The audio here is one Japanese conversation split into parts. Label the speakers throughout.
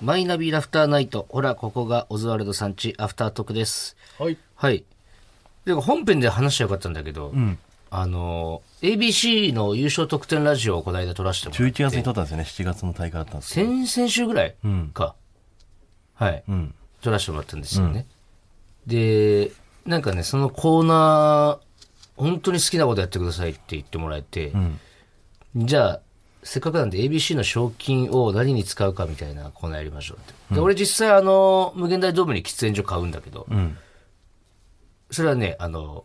Speaker 1: マイナビラフターナイト。ほら、ここがオズワルドさんち、アフタートークです。
Speaker 2: はい。
Speaker 1: はい。で本編で話しゃよかったんだけど、あの、ABC の優勝得点ラジオをこの間撮らせてもらって。
Speaker 2: 11月に撮ったんですよね。7月の大会だったんですけど。
Speaker 1: 先先週ぐらいか、はい、
Speaker 2: ん
Speaker 1: 撮らせてもらったんですよね、でなんかねそのコーナー本当に好きなことやってくださいって言ってもらえて、じゃあせっかくなんで ABC の賞金を何に使うかみたいなコーナーやりましょうって、で俺実際あの無限大ドームに喫煙所買うんだけど、それはねあの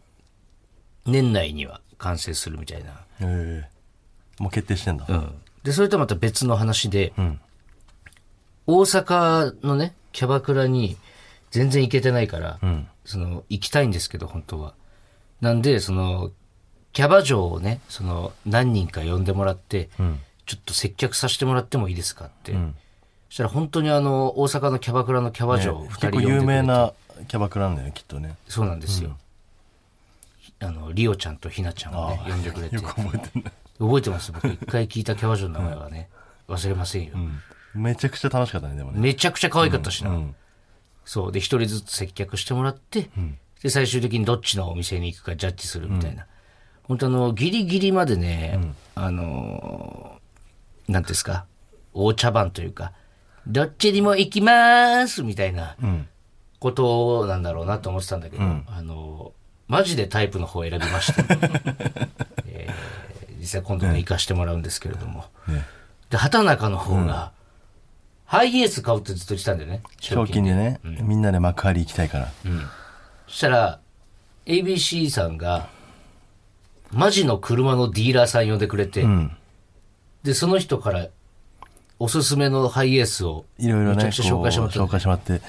Speaker 1: 年内には完成するみたいな
Speaker 2: ええもう決定してんだ。
Speaker 1: で、それとまた別の話で、大阪のね、キャバクラに全然行けてないから、その、行きたいんですけど、本当は。なんで、その、キャバ嬢をね、その、何人か呼んでもらって、ちょっと接客させてもらってもいいですかって。そしたら本当にあの、大阪のキャバクラのキャバ嬢を二人
Speaker 2: 結
Speaker 1: 呼
Speaker 2: 構
Speaker 1: んでくれ
Speaker 2: 有
Speaker 1: て、
Speaker 2: 名なキャバクラなんだよね、きっとね。
Speaker 1: そうなんですよ。あの、リオちゃんとひなちゃんをね、呼んでくれて。
Speaker 2: よく覚えてない。
Speaker 1: 覚えてます僕一回聞いたキャバ嬢の名前はね、忘れませんよ。
Speaker 2: めちゃくちゃ楽しかったね、でもね。
Speaker 1: めちゃくちゃ可愛かったしな。そう。で、一人ずつ接客してもらって、で、最終的にどっちのお店に行くかジャッジするみたいな。本当あの、ギリギリまでね、あのー、なんていうんですか、大茶番というか、どっちにも行きまーすみたいなことなんだろうなと思ってたんだけど、あのー、マジでタイプの方を選びました。 えー実際今度ね、行かしてもらうんですけれども。で、畑中の方が、ハイエース買うってずっと言ってたんだよね。
Speaker 2: 賞金でね、みんなで幕張行きたいから。
Speaker 1: そしたら、ABC さんが、マジの車のディーラーさん呼んでくれて、で、その人から、おすすめのハイエースを、
Speaker 2: いろい
Speaker 1: め
Speaker 2: ろ
Speaker 1: ち
Speaker 2: ね、
Speaker 1: ゃくちゃ紹介してもらっ
Speaker 2: こう紹
Speaker 1: た。
Speaker 2: 介してもらって。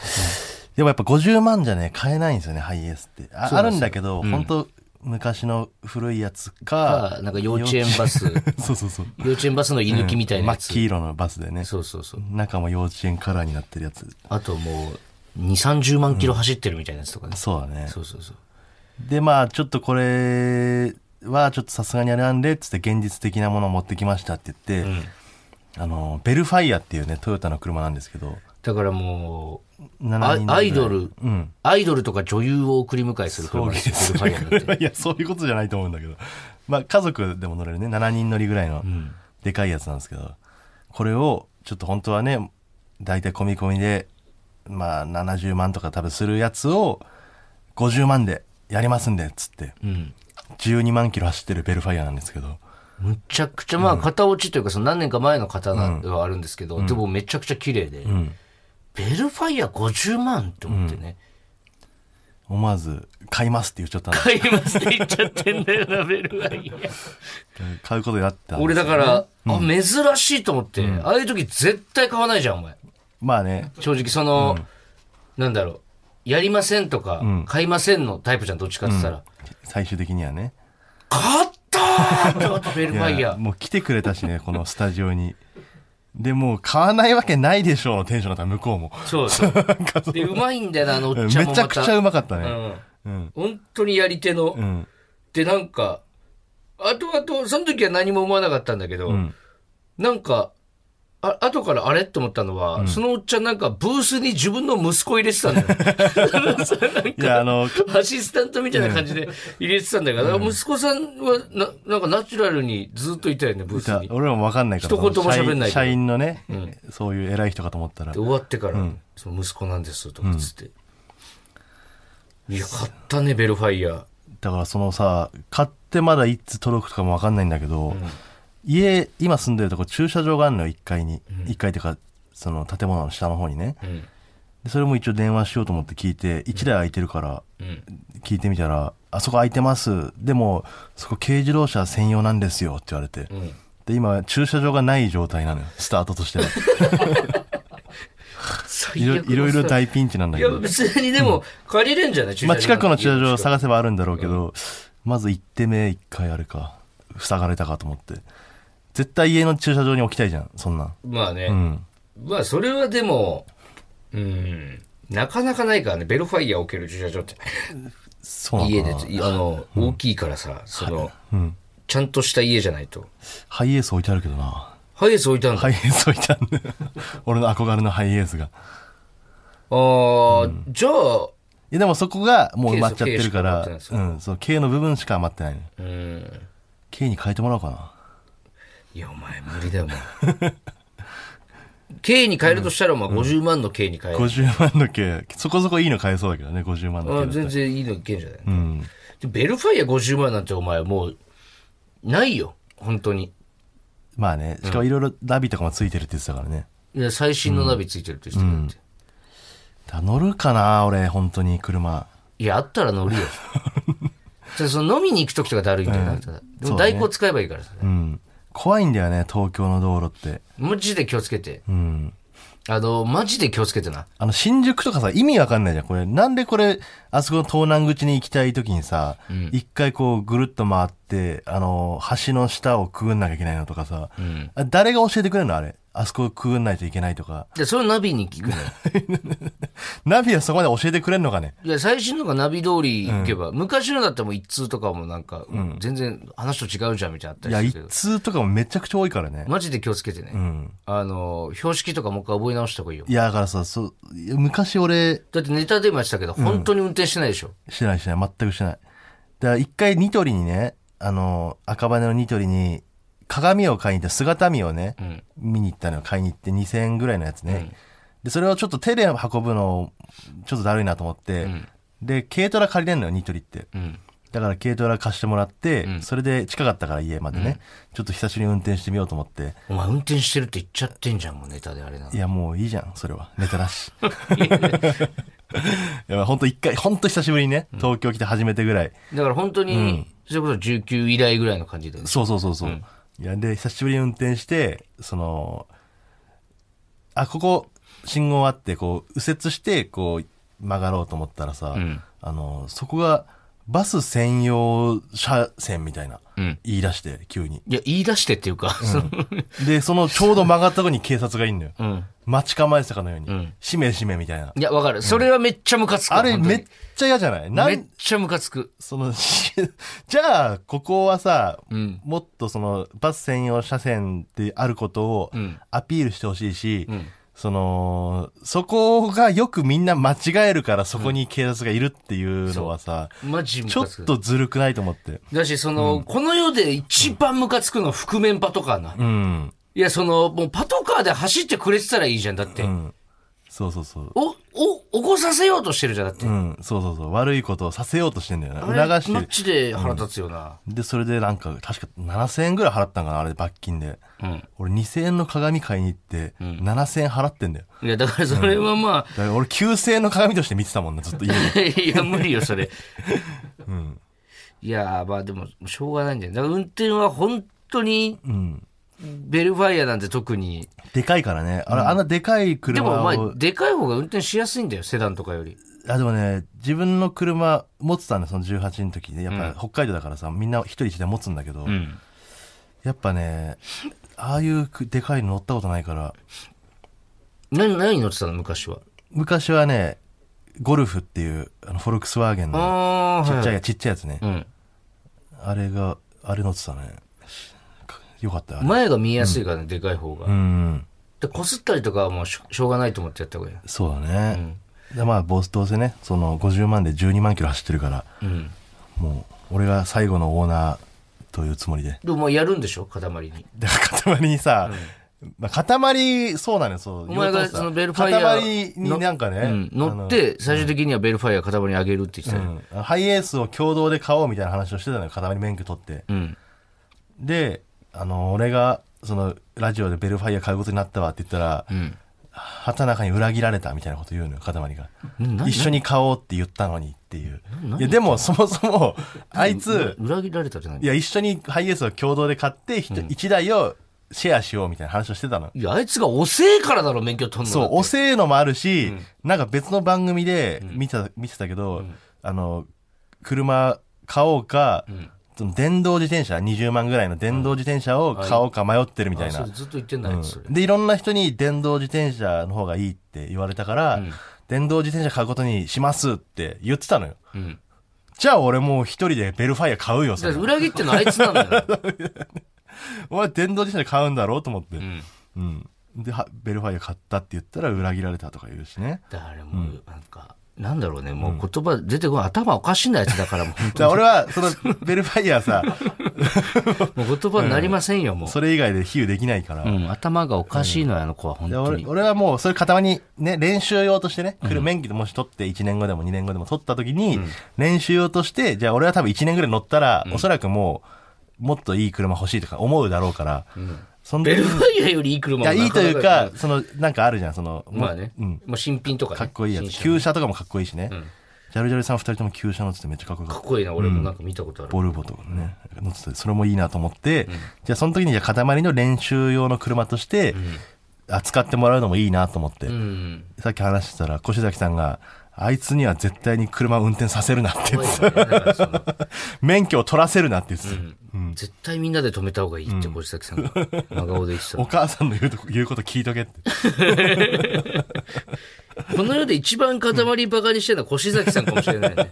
Speaker 2: でもやっぱ50万じゃね、買えないんですよね、ハイエースって。ああるんだけど、本当昔の古いやつ
Speaker 1: か
Speaker 2: か、
Speaker 1: なんか幼稚園バス、
Speaker 2: そうそうそう。
Speaker 1: 幼稚園バスの居抜きみたいな
Speaker 2: 真
Speaker 1: や
Speaker 2: っ
Speaker 1: つ。
Speaker 2: 黄色のバスでね。
Speaker 1: そうそうそう。
Speaker 2: 中も幼稚園カラーになってるやつ。
Speaker 1: あともう、2、30万キロ走ってるみたいなやつとかね。
Speaker 2: そうだね。
Speaker 1: そうそうそう。
Speaker 2: でまあちょっとこれはちょっとさすがにあれなんでっつって現実的なものを持ってきましたって言って、あのベルファイアっていうねトヨタの車なんですけど
Speaker 1: だからもう、
Speaker 2: 7
Speaker 1: ア
Speaker 2: 人
Speaker 1: イ
Speaker 2: ぐらい
Speaker 1: アイドル、アイドルとか女優を送り迎えする車ですよベルファイアなんて
Speaker 2: いやそういうことじゃないと思うんだけどまあ家族でも乗れるね7人乗りぐらいのでかいやつなんですけど、これをちょっと本当はね大体込み込みでまあ70万とか多分するやつを50万でやりますんでっつって、
Speaker 1: ん
Speaker 2: 12万キロ走ってるベルファイアなんですけど
Speaker 1: むちゃくちゃ、まあ、型落ちというか、その何年か前の型なんではあるんですけど、でもめちゃくちゃ綺麗で、ベルファイア50万って思ってね、
Speaker 2: 思わず買いますって言っちゃったんで
Speaker 1: 買いますって言っちゃってんだよ な、ベルファイ
Speaker 2: 買うことになった
Speaker 1: ア。
Speaker 2: んですよ
Speaker 1: 俺だから、あ、珍しいと思って、ああいう時絶対買わないじゃん、お前。
Speaker 2: まあね
Speaker 1: 正直、その、なんだろう、やりませんとか、買いませんのタイプじゃん、どっちかって言ったら、
Speaker 2: 最終的にはね
Speaker 1: 買ったーって思って、 ベル
Speaker 2: い
Speaker 1: ファイア。
Speaker 2: もう来てくれたしねこのスタジオにでもう買わないわけないでしょうのテンションだった向こうも
Speaker 1: そうそう。で、うまいんだよな、あのおっ
Speaker 2: め
Speaker 1: ちゃんもまた。
Speaker 2: ちゃくちゃうまかったね、
Speaker 1: うん。本当にやり手の。
Speaker 2: ん
Speaker 1: で、なんか、あとあと、その時は何も思わなかったんだけど、なんか、あ後からあれと思ったのは、そのおっちゃんなんかブースに自分の息子入れてたんだよ。 なん
Speaker 2: いやあ
Speaker 1: か
Speaker 2: の
Speaker 1: アシスタントみたいな感じで入れてたんだけど、息子さんはな、なんかナチュラルにずっといたよね、ブースに。
Speaker 2: 俺らも分かんないから
Speaker 1: 一言も喋んないけど
Speaker 2: 社員社員のね、そういう偉い人かと思ったら
Speaker 1: で終わってから、その息子なんですとかつって、いや買ったねベルファイア
Speaker 2: だからそのさ買ってまだいつ届くとかも分かんないんだけど、家今住んでるとこ駐車場があるのよ1階に、一1階っていうかその建物の下の方にね、
Speaker 1: ん
Speaker 2: でそれも一応電話しようと思って聞いて1台空いてるから聞いてみたら「あそこ空いてますでもそこ軽自動車専用なんですよ」って言われて、で今駐車場がない状態なのよスタートとしては
Speaker 1: 最
Speaker 2: いろ
Speaker 1: 悪のさ
Speaker 2: いろいろ大ピンチなんだ
Speaker 1: い
Speaker 2: け
Speaker 1: や、
Speaker 2: ど。
Speaker 1: 別にでも、借りれんじゃない
Speaker 2: まあ近くの駐車場
Speaker 1: が
Speaker 2: 探せばあるんだろうけど、まず行って目一回あれか。塞がれたかと思って。絶対家の駐車場に置きたいじゃん、そんなん。
Speaker 1: まあね。
Speaker 2: うん。
Speaker 1: まあ、それはでも、うん、なかなかないからね、ベルファイア置ける駐車場って。
Speaker 2: そうなん
Speaker 1: 家
Speaker 2: だ
Speaker 1: で
Speaker 2: な。、
Speaker 1: あの、大きいからさ、その、
Speaker 2: うん。
Speaker 1: ちゃんとした家じゃないと。
Speaker 2: ハイエース置いてあるけどな。
Speaker 1: ハイエース置いたんだ。
Speaker 2: ハイエース置いてあるね。 俺の憧れのハイエースが。い
Speaker 1: あー、じゃあ、
Speaker 2: やでもそこがもう埋まっちゃってるか、
Speaker 1: K しから埋まって
Speaker 2: う、
Speaker 1: なん
Speaker 2: そう、K の部分しか埋まってないの。
Speaker 1: うん。
Speaker 2: K に変えてもらおうかな。
Speaker 1: いや、お前無理だよ、お前。K に変えるとしたら、まあ、50万の K に変える。
Speaker 2: 50万の K、そこそこいいの買えそうだけどね、50万の
Speaker 1: あ
Speaker 2: K だ
Speaker 1: 全
Speaker 2: ったら。
Speaker 1: 然いいのいけんじゃない、
Speaker 2: うん。
Speaker 1: でベルファイア50万なんてお前もう、ないよ。本当に。
Speaker 2: まあね、しかもいろいろダビとかもついてるって言ってたからね。
Speaker 1: いや最新のナビついてるって人だって、
Speaker 2: だ乗るかな俺、本当に車。
Speaker 1: いや、あったら 乗るよ。じゃあその飲みに行くときとかだるいんだよな、ただで
Speaker 2: そ
Speaker 1: も
Speaker 2: うだね
Speaker 1: 代行使えばいいからさ、
Speaker 2: うん。怖いんだよね、東京の道路って。
Speaker 1: マジで気をつけて。
Speaker 2: うん。
Speaker 1: あの、マジで気をつけてな。
Speaker 2: あの、新宿とかさ、意味わかんないじゃん。これ、なんでこれ、あそこの東南口に行きたい時にさ、一、回こう、ぐるっと回って、あの、橋の下をくぐんなきゃいけないのとかさ、あ誰が教えてくれるのあれ。あそこをくぐんないといけないとか。
Speaker 1: で、それをナビに聞 くのよ。
Speaker 2: ナビはそこまで教えてくれるのかね。
Speaker 1: いや、最新のがナビ通り行けば、昔のだってもう一通とかもなんか、全然話と違うじゃんみたいなのあった
Speaker 2: い
Speaker 1: りする
Speaker 2: や、一
Speaker 1: けど。
Speaker 2: 通とかもめちゃくちゃ多いからね。
Speaker 1: マジで気をつけてね。あの、標識とかもう一回覚え直した方がいいよ
Speaker 2: い。や、だからさ、そう、いや昔俺、
Speaker 1: だってネタでも言ってたけど、本当に運転してないでしょ。
Speaker 2: してないしてない、全くしてない。だから一回ニトリにね、あの、赤羽のニトリに、鏡を買いに行って、姿見をね、見に行ったのよ。買いに行って2000円ぐらいのやつね。で、それをちょっと手で運ぶの、ちょっとだるいなと思って、で、軽トラ借りれんのよ、ニトリって。
Speaker 1: うん。
Speaker 2: だから軽トラ貸してもらって、それで近かったから家までね、ちょっと久しぶりに運転してみようと思って、
Speaker 1: お前運転してるって言っちゃってんじゃん、もうネタであれなの
Speaker 2: い。や、もういいじゃん、それは。ネタ だし。 いや、まあ本当一回、本当久しぶりにね、東京来て初めてぐらい。
Speaker 1: だから本当に、それこそ19以来ぐらいの感じで、ね
Speaker 2: そうそうそうそう。いや、で、久しぶりに運転して、その、あ、ここ、信号あって、こう、右折して、こう、曲がろうと思ったらさ、あの、そこが、バス専用車線みたいな、
Speaker 1: ん
Speaker 2: 言い出して、急に。
Speaker 1: いや、言い出してっていうか、その
Speaker 2: で、その、ちょうど曲がった とこに警察がいんのよ。
Speaker 1: ん
Speaker 2: 待ち構えてたかのように、しめしめみたいな。
Speaker 1: いや、わかる。それはめっちゃムカつく。
Speaker 2: あれ、
Speaker 1: 本当に
Speaker 2: めっちゃ嫌じゃないな
Speaker 1: め
Speaker 2: ん
Speaker 1: っちゃムカつく。
Speaker 2: その、 しじゃあ、ここはさ、
Speaker 1: ん
Speaker 2: もっとその、バス専用車線であることを
Speaker 1: ん
Speaker 2: アピールしてほしいし、その、そこがよくみんな間違えるからそこに警察がいるっていうのはさ、
Speaker 1: マジム
Speaker 2: ちょ
Speaker 1: カつく。
Speaker 2: っとずるくないと思って。
Speaker 1: だし、その、この世で一番ムカつくのは覆面パトカーな。
Speaker 2: うん。
Speaker 1: いや、その、もうパトカーで走ってくれてたらいいじゃん、だって。
Speaker 2: うん。そうそうそう。
Speaker 1: お、お、起こさせようとしてるじゃん、だって。
Speaker 2: うん。そうそうそう。悪いことをさせようとしてんだよね。
Speaker 1: あれ
Speaker 2: 促して
Speaker 1: マ
Speaker 2: る
Speaker 1: ッ。チで腹立つよな。
Speaker 2: で、それでなんか、確か7000円ぐらい払ったんかな、あれ、罰金で。
Speaker 1: うん。
Speaker 2: 俺2000円の鏡買いに行って、7000円払ってんだよ。
Speaker 1: いや、だからそれはま
Speaker 2: だから俺9000円の鏡として見てたもんねずっと家 で
Speaker 1: あ、いや、無理よ、それ。いや、まあでも、しょうがないんだよ。だから運転は本当に、ベルファイアなんて特に。
Speaker 2: でかいからねあれ、あんなでかい
Speaker 1: で
Speaker 2: 車
Speaker 1: も、
Speaker 2: を
Speaker 1: まあ、でかい方が運転しやすいんだよ、セダンとかより。
Speaker 2: あでもね自分の車持ってたんだよその18の時でやっぱ北海道だからさみんな一人一台持つんだけど、
Speaker 1: ん
Speaker 2: やっぱねああいうくでかいの乗ったことないから
Speaker 1: 何、何乗ってたの、昔は。
Speaker 2: 昔はねゴルフっていうあのフォルクスワーゲン
Speaker 1: ああ、
Speaker 2: のちっちゃい、
Speaker 1: はい。
Speaker 2: ちっちゃいやつね、
Speaker 1: うん。
Speaker 2: あれがあれ乗ってたねかよかったあれ
Speaker 1: 前が見えやすいからね、でかい方が。
Speaker 2: うん
Speaker 1: で、こすったりとかはもうしょしょうがないと思ってやった方がいい。
Speaker 2: そうだね、でまあボスどうせねその50万で12万キロ走ってるから、
Speaker 1: うん。
Speaker 2: もう俺が最後のオーナーというつもりで
Speaker 1: でも、もうやるんでしょ、塊に。
Speaker 2: で塊にさ、まあ、塊そうなのよそう
Speaker 1: お前
Speaker 2: 言お
Speaker 1: が
Speaker 2: うとした
Speaker 1: そのベルファイア
Speaker 2: 塊になんかね、
Speaker 1: うん、乗っ
Speaker 2: あ
Speaker 1: て、最終的にはベルファイア塊にあげるって言ってた
Speaker 2: の、
Speaker 1: よ。
Speaker 2: うんハイエースを共同で買おうみたいな話をしてたのよ塊免許取って
Speaker 1: うん。
Speaker 2: であの俺がそのラジオでベルファイア買うことになったわって言ったら、畑中に裏切られたみたいなこと言うのよ塊が一緒に買おうって言ったのにっていういやでもそもそ もあいつ
Speaker 1: 裏切られたじゃない
Speaker 2: いや、一緒にハイエースを共同で買って、一、一台をシェアしようみたいな話をしてたの。
Speaker 1: いや、あいつが遅えからだろ、免許取んのだ
Speaker 2: そ
Speaker 1: っ
Speaker 2: う
Speaker 1: て。、
Speaker 2: 遅えのもあるし、なんか別の番組で見てた、見てたけど、あの、車買おうか、その電動自転車、20万ぐらいの電動自転車を買おうか迷ってるみたい
Speaker 1: あ
Speaker 2: な。
Speaker 1: それずっと言ってんだよ、あいつそれ。
Speaker 2: で、いろんな人に電動自転車の方がいいって言われたから、電動自転車買うことにしますって言ってたのよ。
Speaker 1: ん
Speaker 2: じゃあ俺もう一人でベルファイア買うよ、そ
Speaker 1: だ
Speaker 2: れ
Speaker 1: から。裏切ってんのあいつなんだよ。
Speaker 2: お前電動自転車買うんだろうと思って。うん。で、はベルファイア買ったって言ったら裏切られたとか言うしね。
Speaker 1: だからもう、なんか、なんだろうね、もう言葉出てこない。頭おかしいんだやつだから、もう本
Speaker 2: じゃあ俺は、その、ベルファイアさ、
Speaker 1: 当もう言葉になりませんよ、もう。
Speaker 2: それ以外で比喩できないから。
Speaker 1: うん、頭がおかしいのよ、あの子は、本
Speaker 2: で
Speaker 1: 当
Speaker 2: 俺
Speaker 1: に。
Speaker 2: 俺はもう、それ塊にね、練習用としてね、来る免許でもし取って1年後でも2年後でも取った時に、練習用として、じゃあ俺は多分1年ぐらい乗ったら、おそらくもう、もっといい車欲しいとか思うだろうから、そん
Speaker 1: ベ
Speaker 2: 時
Speaker 1: ル
Speaker 2: に
Speaker 1: ファイアよりいい車
Speaker 2: い
Speaker 1: も
Speaker 2: や、
Speaker 1: なか
Speaker 2: い
Speaker 1: ない
Speaker 2: というか、、その、なんかあるじゃん、その、
Speaker 1: まあね、
Speaker 2: う
Speaker 1: うんん、まあ新品とかね。
Speaker 2: かっこいいやつ。
Speaker 1: 新車
Speaker 2: 旧車とかもかっこいいしね。ジャルジャルさん二人とも旧車乗っててめっちゃかっこよか
Speaker 1: か
Speaker 2: っ。
Speaker 1: ったこいいな、俺もなんか見たことある。
Speaker 2: ボルボとかね、乗ってて、それもいいなと思って、じゃあその時にじゃあ塊の練習用の車として、扱ってもらうのもいいなと思って、
Speaker 1: うん。
Speaker 2: さっき話してたら、越崎さんが、あいつには絶対に車運転させるなって言
Speaker 1: 怖
Speaker 2: っ
Speaker 1: い
Speaker 2: て
Speaker 1: よねだからそ の
Speaker 2: た、免許を取らせるなって言ってた。
Speaker 1: うん絶対みんなで止めた方がいいって、星崎さんが。真顔で言ってた
Speaker 2: お。母さんの言うとこ言うこと聞いとけって。
Speaker 1: この世で一番塊バカにしてるのは越崎さんかもしれないね。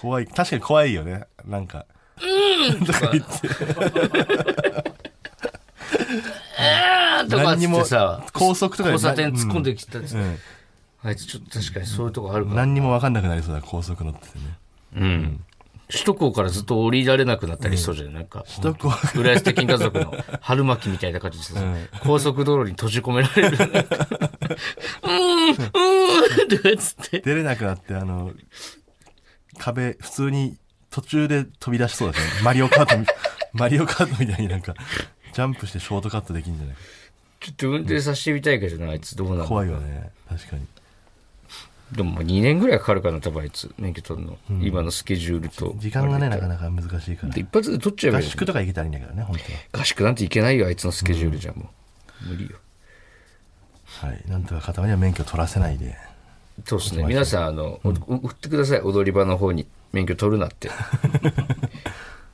Speaker 2: 怖い。確かに怖いよね。なんか。うん とか言って。
Speaker 1: あーとかっつってさ、
Speaker 2: 高速とかで
Speaker 1: 交差点突っ込んできたっつってあいつちょっと確かにそういうとこある
Speaker 2: うん
Speaker 1: から。
Speaker 2: 何にも分かんなくなりそうだ、高速乗っててね。
Speaker 1: うん。首都高からずっと降りられなくなったりしそうじゃないなんか。
Speaker 2: 首都高
Speaker 1: 浦安鉄筋家族の春巻きみたいな感じでさ、高速道路に閉じ込められる。なんかうーん、うーん、とかっつって。
Speaker 2: 出れなくなって、あの、壁、普通に途中で飛び出しそうだし、ね、マリオカート み、マリオカートみたいになんか、ジャンプしてショートカットできんじゃない
Speaker 1: ちょっと運転させてみたいけどな、あいつどうなの
Speaker 2: 怖いよね。確かに。
Speaker 1: でももう2年ぐらいかかるかな、多分あいつ。免許取るの。今のスケジュールと。
Speaker 2: 時間がね、なかなか難しいから
Speaker 1: で。一発で取っちゃえば
Speaker 2: 合
Speaker 1: いいのに
Speaker 2: 宿とか行けたらいいんだけどね、本当
Speaker 1: 合宿なんていけないよ、あいつのスケジュールじゃ、もう。無理よ。
Speaker 2: は。はい。なんとか片目には免許取らせないで。
Speaker 1: そうですね。皆さん、あの、おお送ってください。踊り場の方に免許取るな って。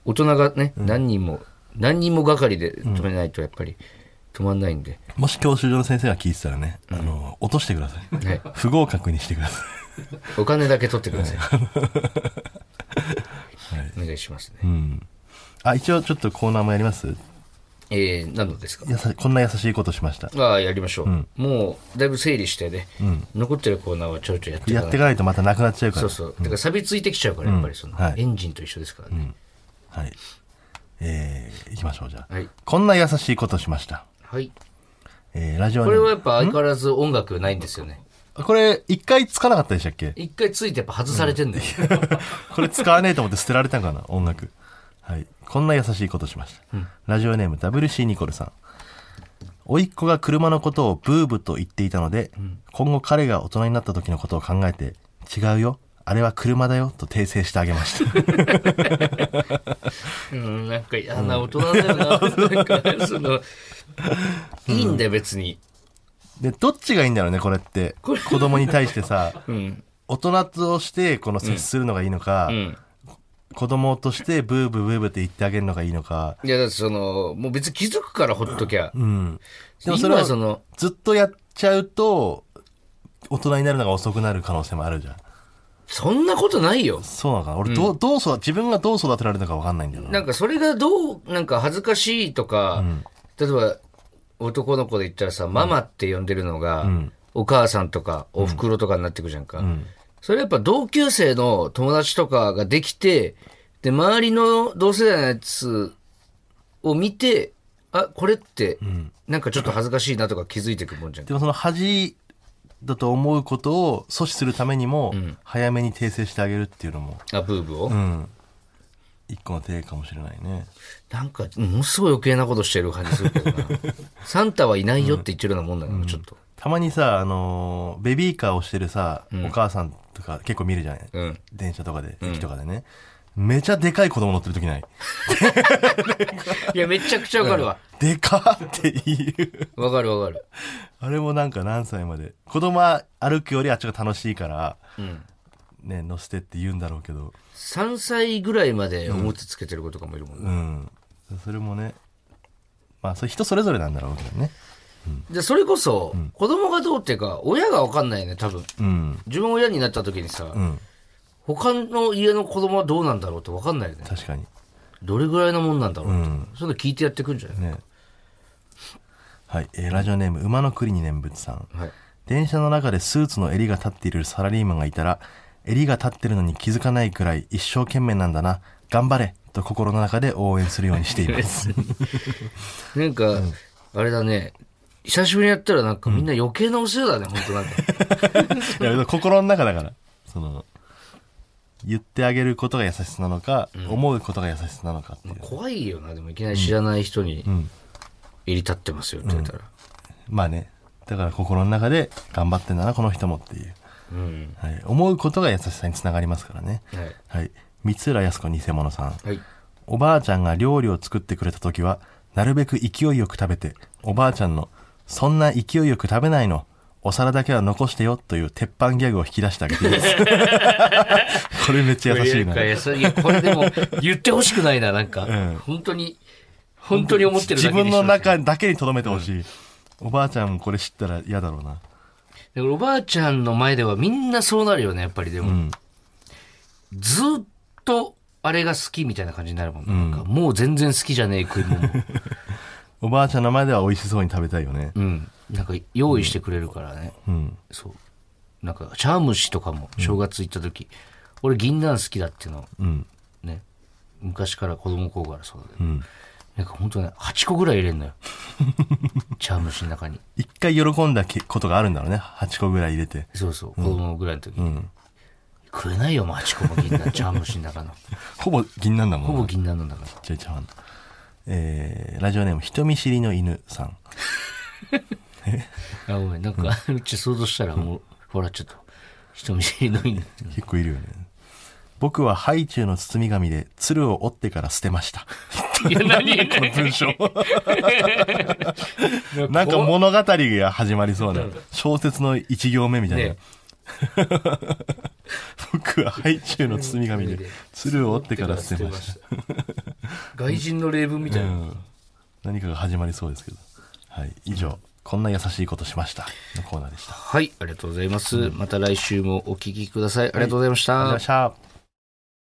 Speaker 1: 大人がね、何人も、何人もがかりで止めないと、やっぱり、止まんないんで。
Speaker 2: もし教習所の先生が聞いてたらね、あの、落としてください。
Speaker 1: はい
Speaker 2: 不合格にしてください。
Speaker 1: お金だけ取ってください。 お願いしますね。
Speaker 2: うん。あ、一応ちょっとコーナーもやります
Speaker 1: えー、何のですか
Speaker 2: やさこんな優しいことしました。
Speaker 1: ああ、やりましょう。もう、だいぶ整理してね、残ってるコーナーはちょいちょいやってい
Speaker 2: や
Speaker 1: か
Speaker 2: っ
Speaker 1: な
Speaker 2: ていかないとまたなくなっちゃうから。
Speaker 1: そうそう。だから錆びついてきちゃうから、やっぱりその、
Speaker 2: うんはい
Speaker 1: エンジンと一緒ですからね。
Speaker 2: はい。えー、いきましょう、じゃあ、
Speaker 1: はい
Speaker 2: こんな優しいことしました。
Speaker 1: はい。
Speaker 2: えー、ラジオ
Speaker 1: こ
Speaker 2: ネ
Speaker 1: れ
Speaker 2: ーム
Speaker 1: はやっぱ相変わらず音楽ないんですよね。
Speaker 2: これ、一回つかなかったでしたっけ
Speaker 1: 一回ついてやっぱ外されてんだよ。
Speaker 2: これ使わねえと思って捨てられたんかな、音楽。はい。こんな優しいことしました。ラジオネーム WC ニコルさん。甥っ子が車のことをブーブと言っていたので、今後彼が大人になった時のことを考えて、違うよ。あれは車だよと訂正してあげました。
Speaker 1: うん、なんか嫌な大人だよな。なんか、その、いいんだよ別に。
Speaker 2: で、どっちがいいんだろうね、これって。子供に対してさ、
Speaker 1: うん。
Speaker 2: 大人としてこの接するのがいいのか、
Speaker 1: うん。
Speaker 2: 子供としてブーブーブーブーって言ってあげるのがいいのか。
Speaker 1: いや、だってその、もう別に気づくからほっときゃ。
Speaker 2: うん。でもそれ
Speaker 1: 今
Speaker 2: は
Speaker 1: はその、
Speaker 2: ずっとやっちゃうと、大人になるのが遅くなる可能性もあるじゃん。
Speaker 1: そんなことないよ。
Speaker 2: そうなのかな俺どう、どう育、自分がどう育てられたか分かんないんだよ
Speaker 1: な
Speaker 2: な。
Speaker 1: んかそれがどう、なんか恥ずかしいとか、例えば男の子で言ったらさ、ママって呼んでるのが、お母さんとかお袋とかになってくじゃんか。それやっぱ同級生の友達とかができて、で、周りの同世代のやつを見て、あ、これって、なんかちょっと恥ずかしいなとか気づいてくもんじゃん。
Speaker 2: でもその恥だと思うことを阻止するためにも、早めに訂正してあげるっていうのも、
Speaker 1: あ、ブーブを。
Speaker 2: うん。一個の手かもしれないね。
Speaker 1: なんか、ものすごい余計なことしてる感じするけど な。サンタはいないよって言ってるようなもんだから、ちょっと。
Speaker 2: たまにさ、あのーベビーカーをしてるさ、お母さんとか結構見るじゃない、
Speaker 1: うん
Speaker 2: 電車とかで、駅とかでね。めちゃでかい子供乗ってる時ない。
Speaker 1: いや、めちゃくちゃわかるわ。
Speaker 2: でかっていう。
Speaker 1: わかるわかる。
Speaker 2: あれもなんか何歳まで。子供は歩くよりあっちが楽しいから、ね、乗せてって言うんだろうけど。
Speaker 1: 3歳ぐらいまでおもちゃつけてる子とかもいるもん
Speaker 2: う
Speaker 1: ね。
Speaker 2: ん。それもね。まあ、それ人それぞれなんだろうけどね。
Speaker 1: で、それこそ、子供がどうっていうか、親がわかんないよね、多分。
Speaker 2: うん。
Speaker 1: 自分が親になった時にさ、
Speaker 2: ん
Speaker 1: 他の家の子供はどうなんだろうってわかんないよね。
Speaker 2: 確かに。
Speaker 1: どれぐらいのもんなんだろうとか、
Speaker 2: うん
Speaker 1: そういうの聞いてやってくんじゃない、
Speaker 2: ね。はい。えーラジオネーム、馬の栗に念仏さん。
Speaker 1: はい。
Speaker 2: 電車の中でスーツの襟が立っているサラリーマンがいたら、襟が立ってるのに気づかないくらい一生懸命なんだな。頑張れと心の中で応援するようにしています。
Speaker 1: なんか、あれだね、久しぶりにやったらなんかみんな余計なお世話だね、本当なん か。
Speaker 2: いや心の中だからその言ってあげることが優しさなのか、思うことが優しさなのかっていう、
Speaker 1: 怖いよな、でもいきなり知らない人に、入り立ってますよって言ったら。
Speaker 2: まあねだから心の中で頑張ってんだなこの人もっていう、
Speaker 1: うん。
Speaker 2: はい、思うことが優しさにつながりますからね
Speaker 1: はい
Speaker 2: はい、三浦靖子偽物さん
Speaker 1: はい。
Speaker 2: おばあちゃんが料理を作ってくれた時はなるべく勢いよく食べておばあちゃんの「そんな勢いよく食べないのお皿だけは残してよ」という鉄板ギャグを引き出してあげています これめっちゃ優しいな
Speaker 1: これ優しいいや、これでも、言ってほしくないな、なんか。
Speaker 2: ん
Speaker 1: 本当に、本当に思ってるだ
Speaker 2: 自
Speaker 1: けで
Speaker 2: 分の
Speaker 1: し
Speaker 2: 中だけに留めてほしい、おばあちゃんもこれ知ったら嫌だろうな
Speaker 1: ょ。でおばあちゃんの前ではみんなそうなるよね、やっぱりでも。ずーっと、あれが好きみたいな感じになるもん、なんか。もう全然好きじゃねえ食い物も。
Speaker 2: おばあちゃんの前では美味しそうに食べたいよね
Speaker 1: うん。なんか用意してくれるからね。そう。なんか、茶碗蒸しとかも正月行った時、俺銀杏好きだっていうの、ね。昔から子供の頃からそうだけど、なんか本当ね、8個ぐらい入れ んのよ。茶碗蒸しの中に。
Speaker 2: 一回喜んだけことがあるんだろうね8個ぐらい入れて
Speaker 1: そうそう、子供ぐらいの時に。食えないよ、8個も銀 杏、茶碗蒸しの中の。
Speaker 2: ほぼ銀なんだもん
Speaker 1: ほ
Speaker 2: な
Speaker 1: ぼ銀杏なんだから。
Speaker 2: ちょいちゃんえー、ラジオネーム人見知りの犬さん
Speaker 1: あ、ごめん、なんか、うち想像したらもう、笑っちゃった。人見知りの犬。
Speaker 2: 結構いるよね僕はハイチュウの包み紙で鶴を折ってから捨てました
Speaker 1: いや、何
Speaker 2: この 文章なんか物語が始まりそうな小説の一行目みたいな、
Speaker 1: ね
Speaker 2: 僕はハイチュウの包み紙で鶴を折ってから捨てました。
Speaker 1: 外人の例文みたいな。
Speaker 2: 何かが始まりそうですけどはい以上こんな優しいことしましたのコーナーでしたあり
Speaker 1: はい、ありがとうございます。また来週もお聞きください。ありがとうございました。
Speaker 2: がとうございました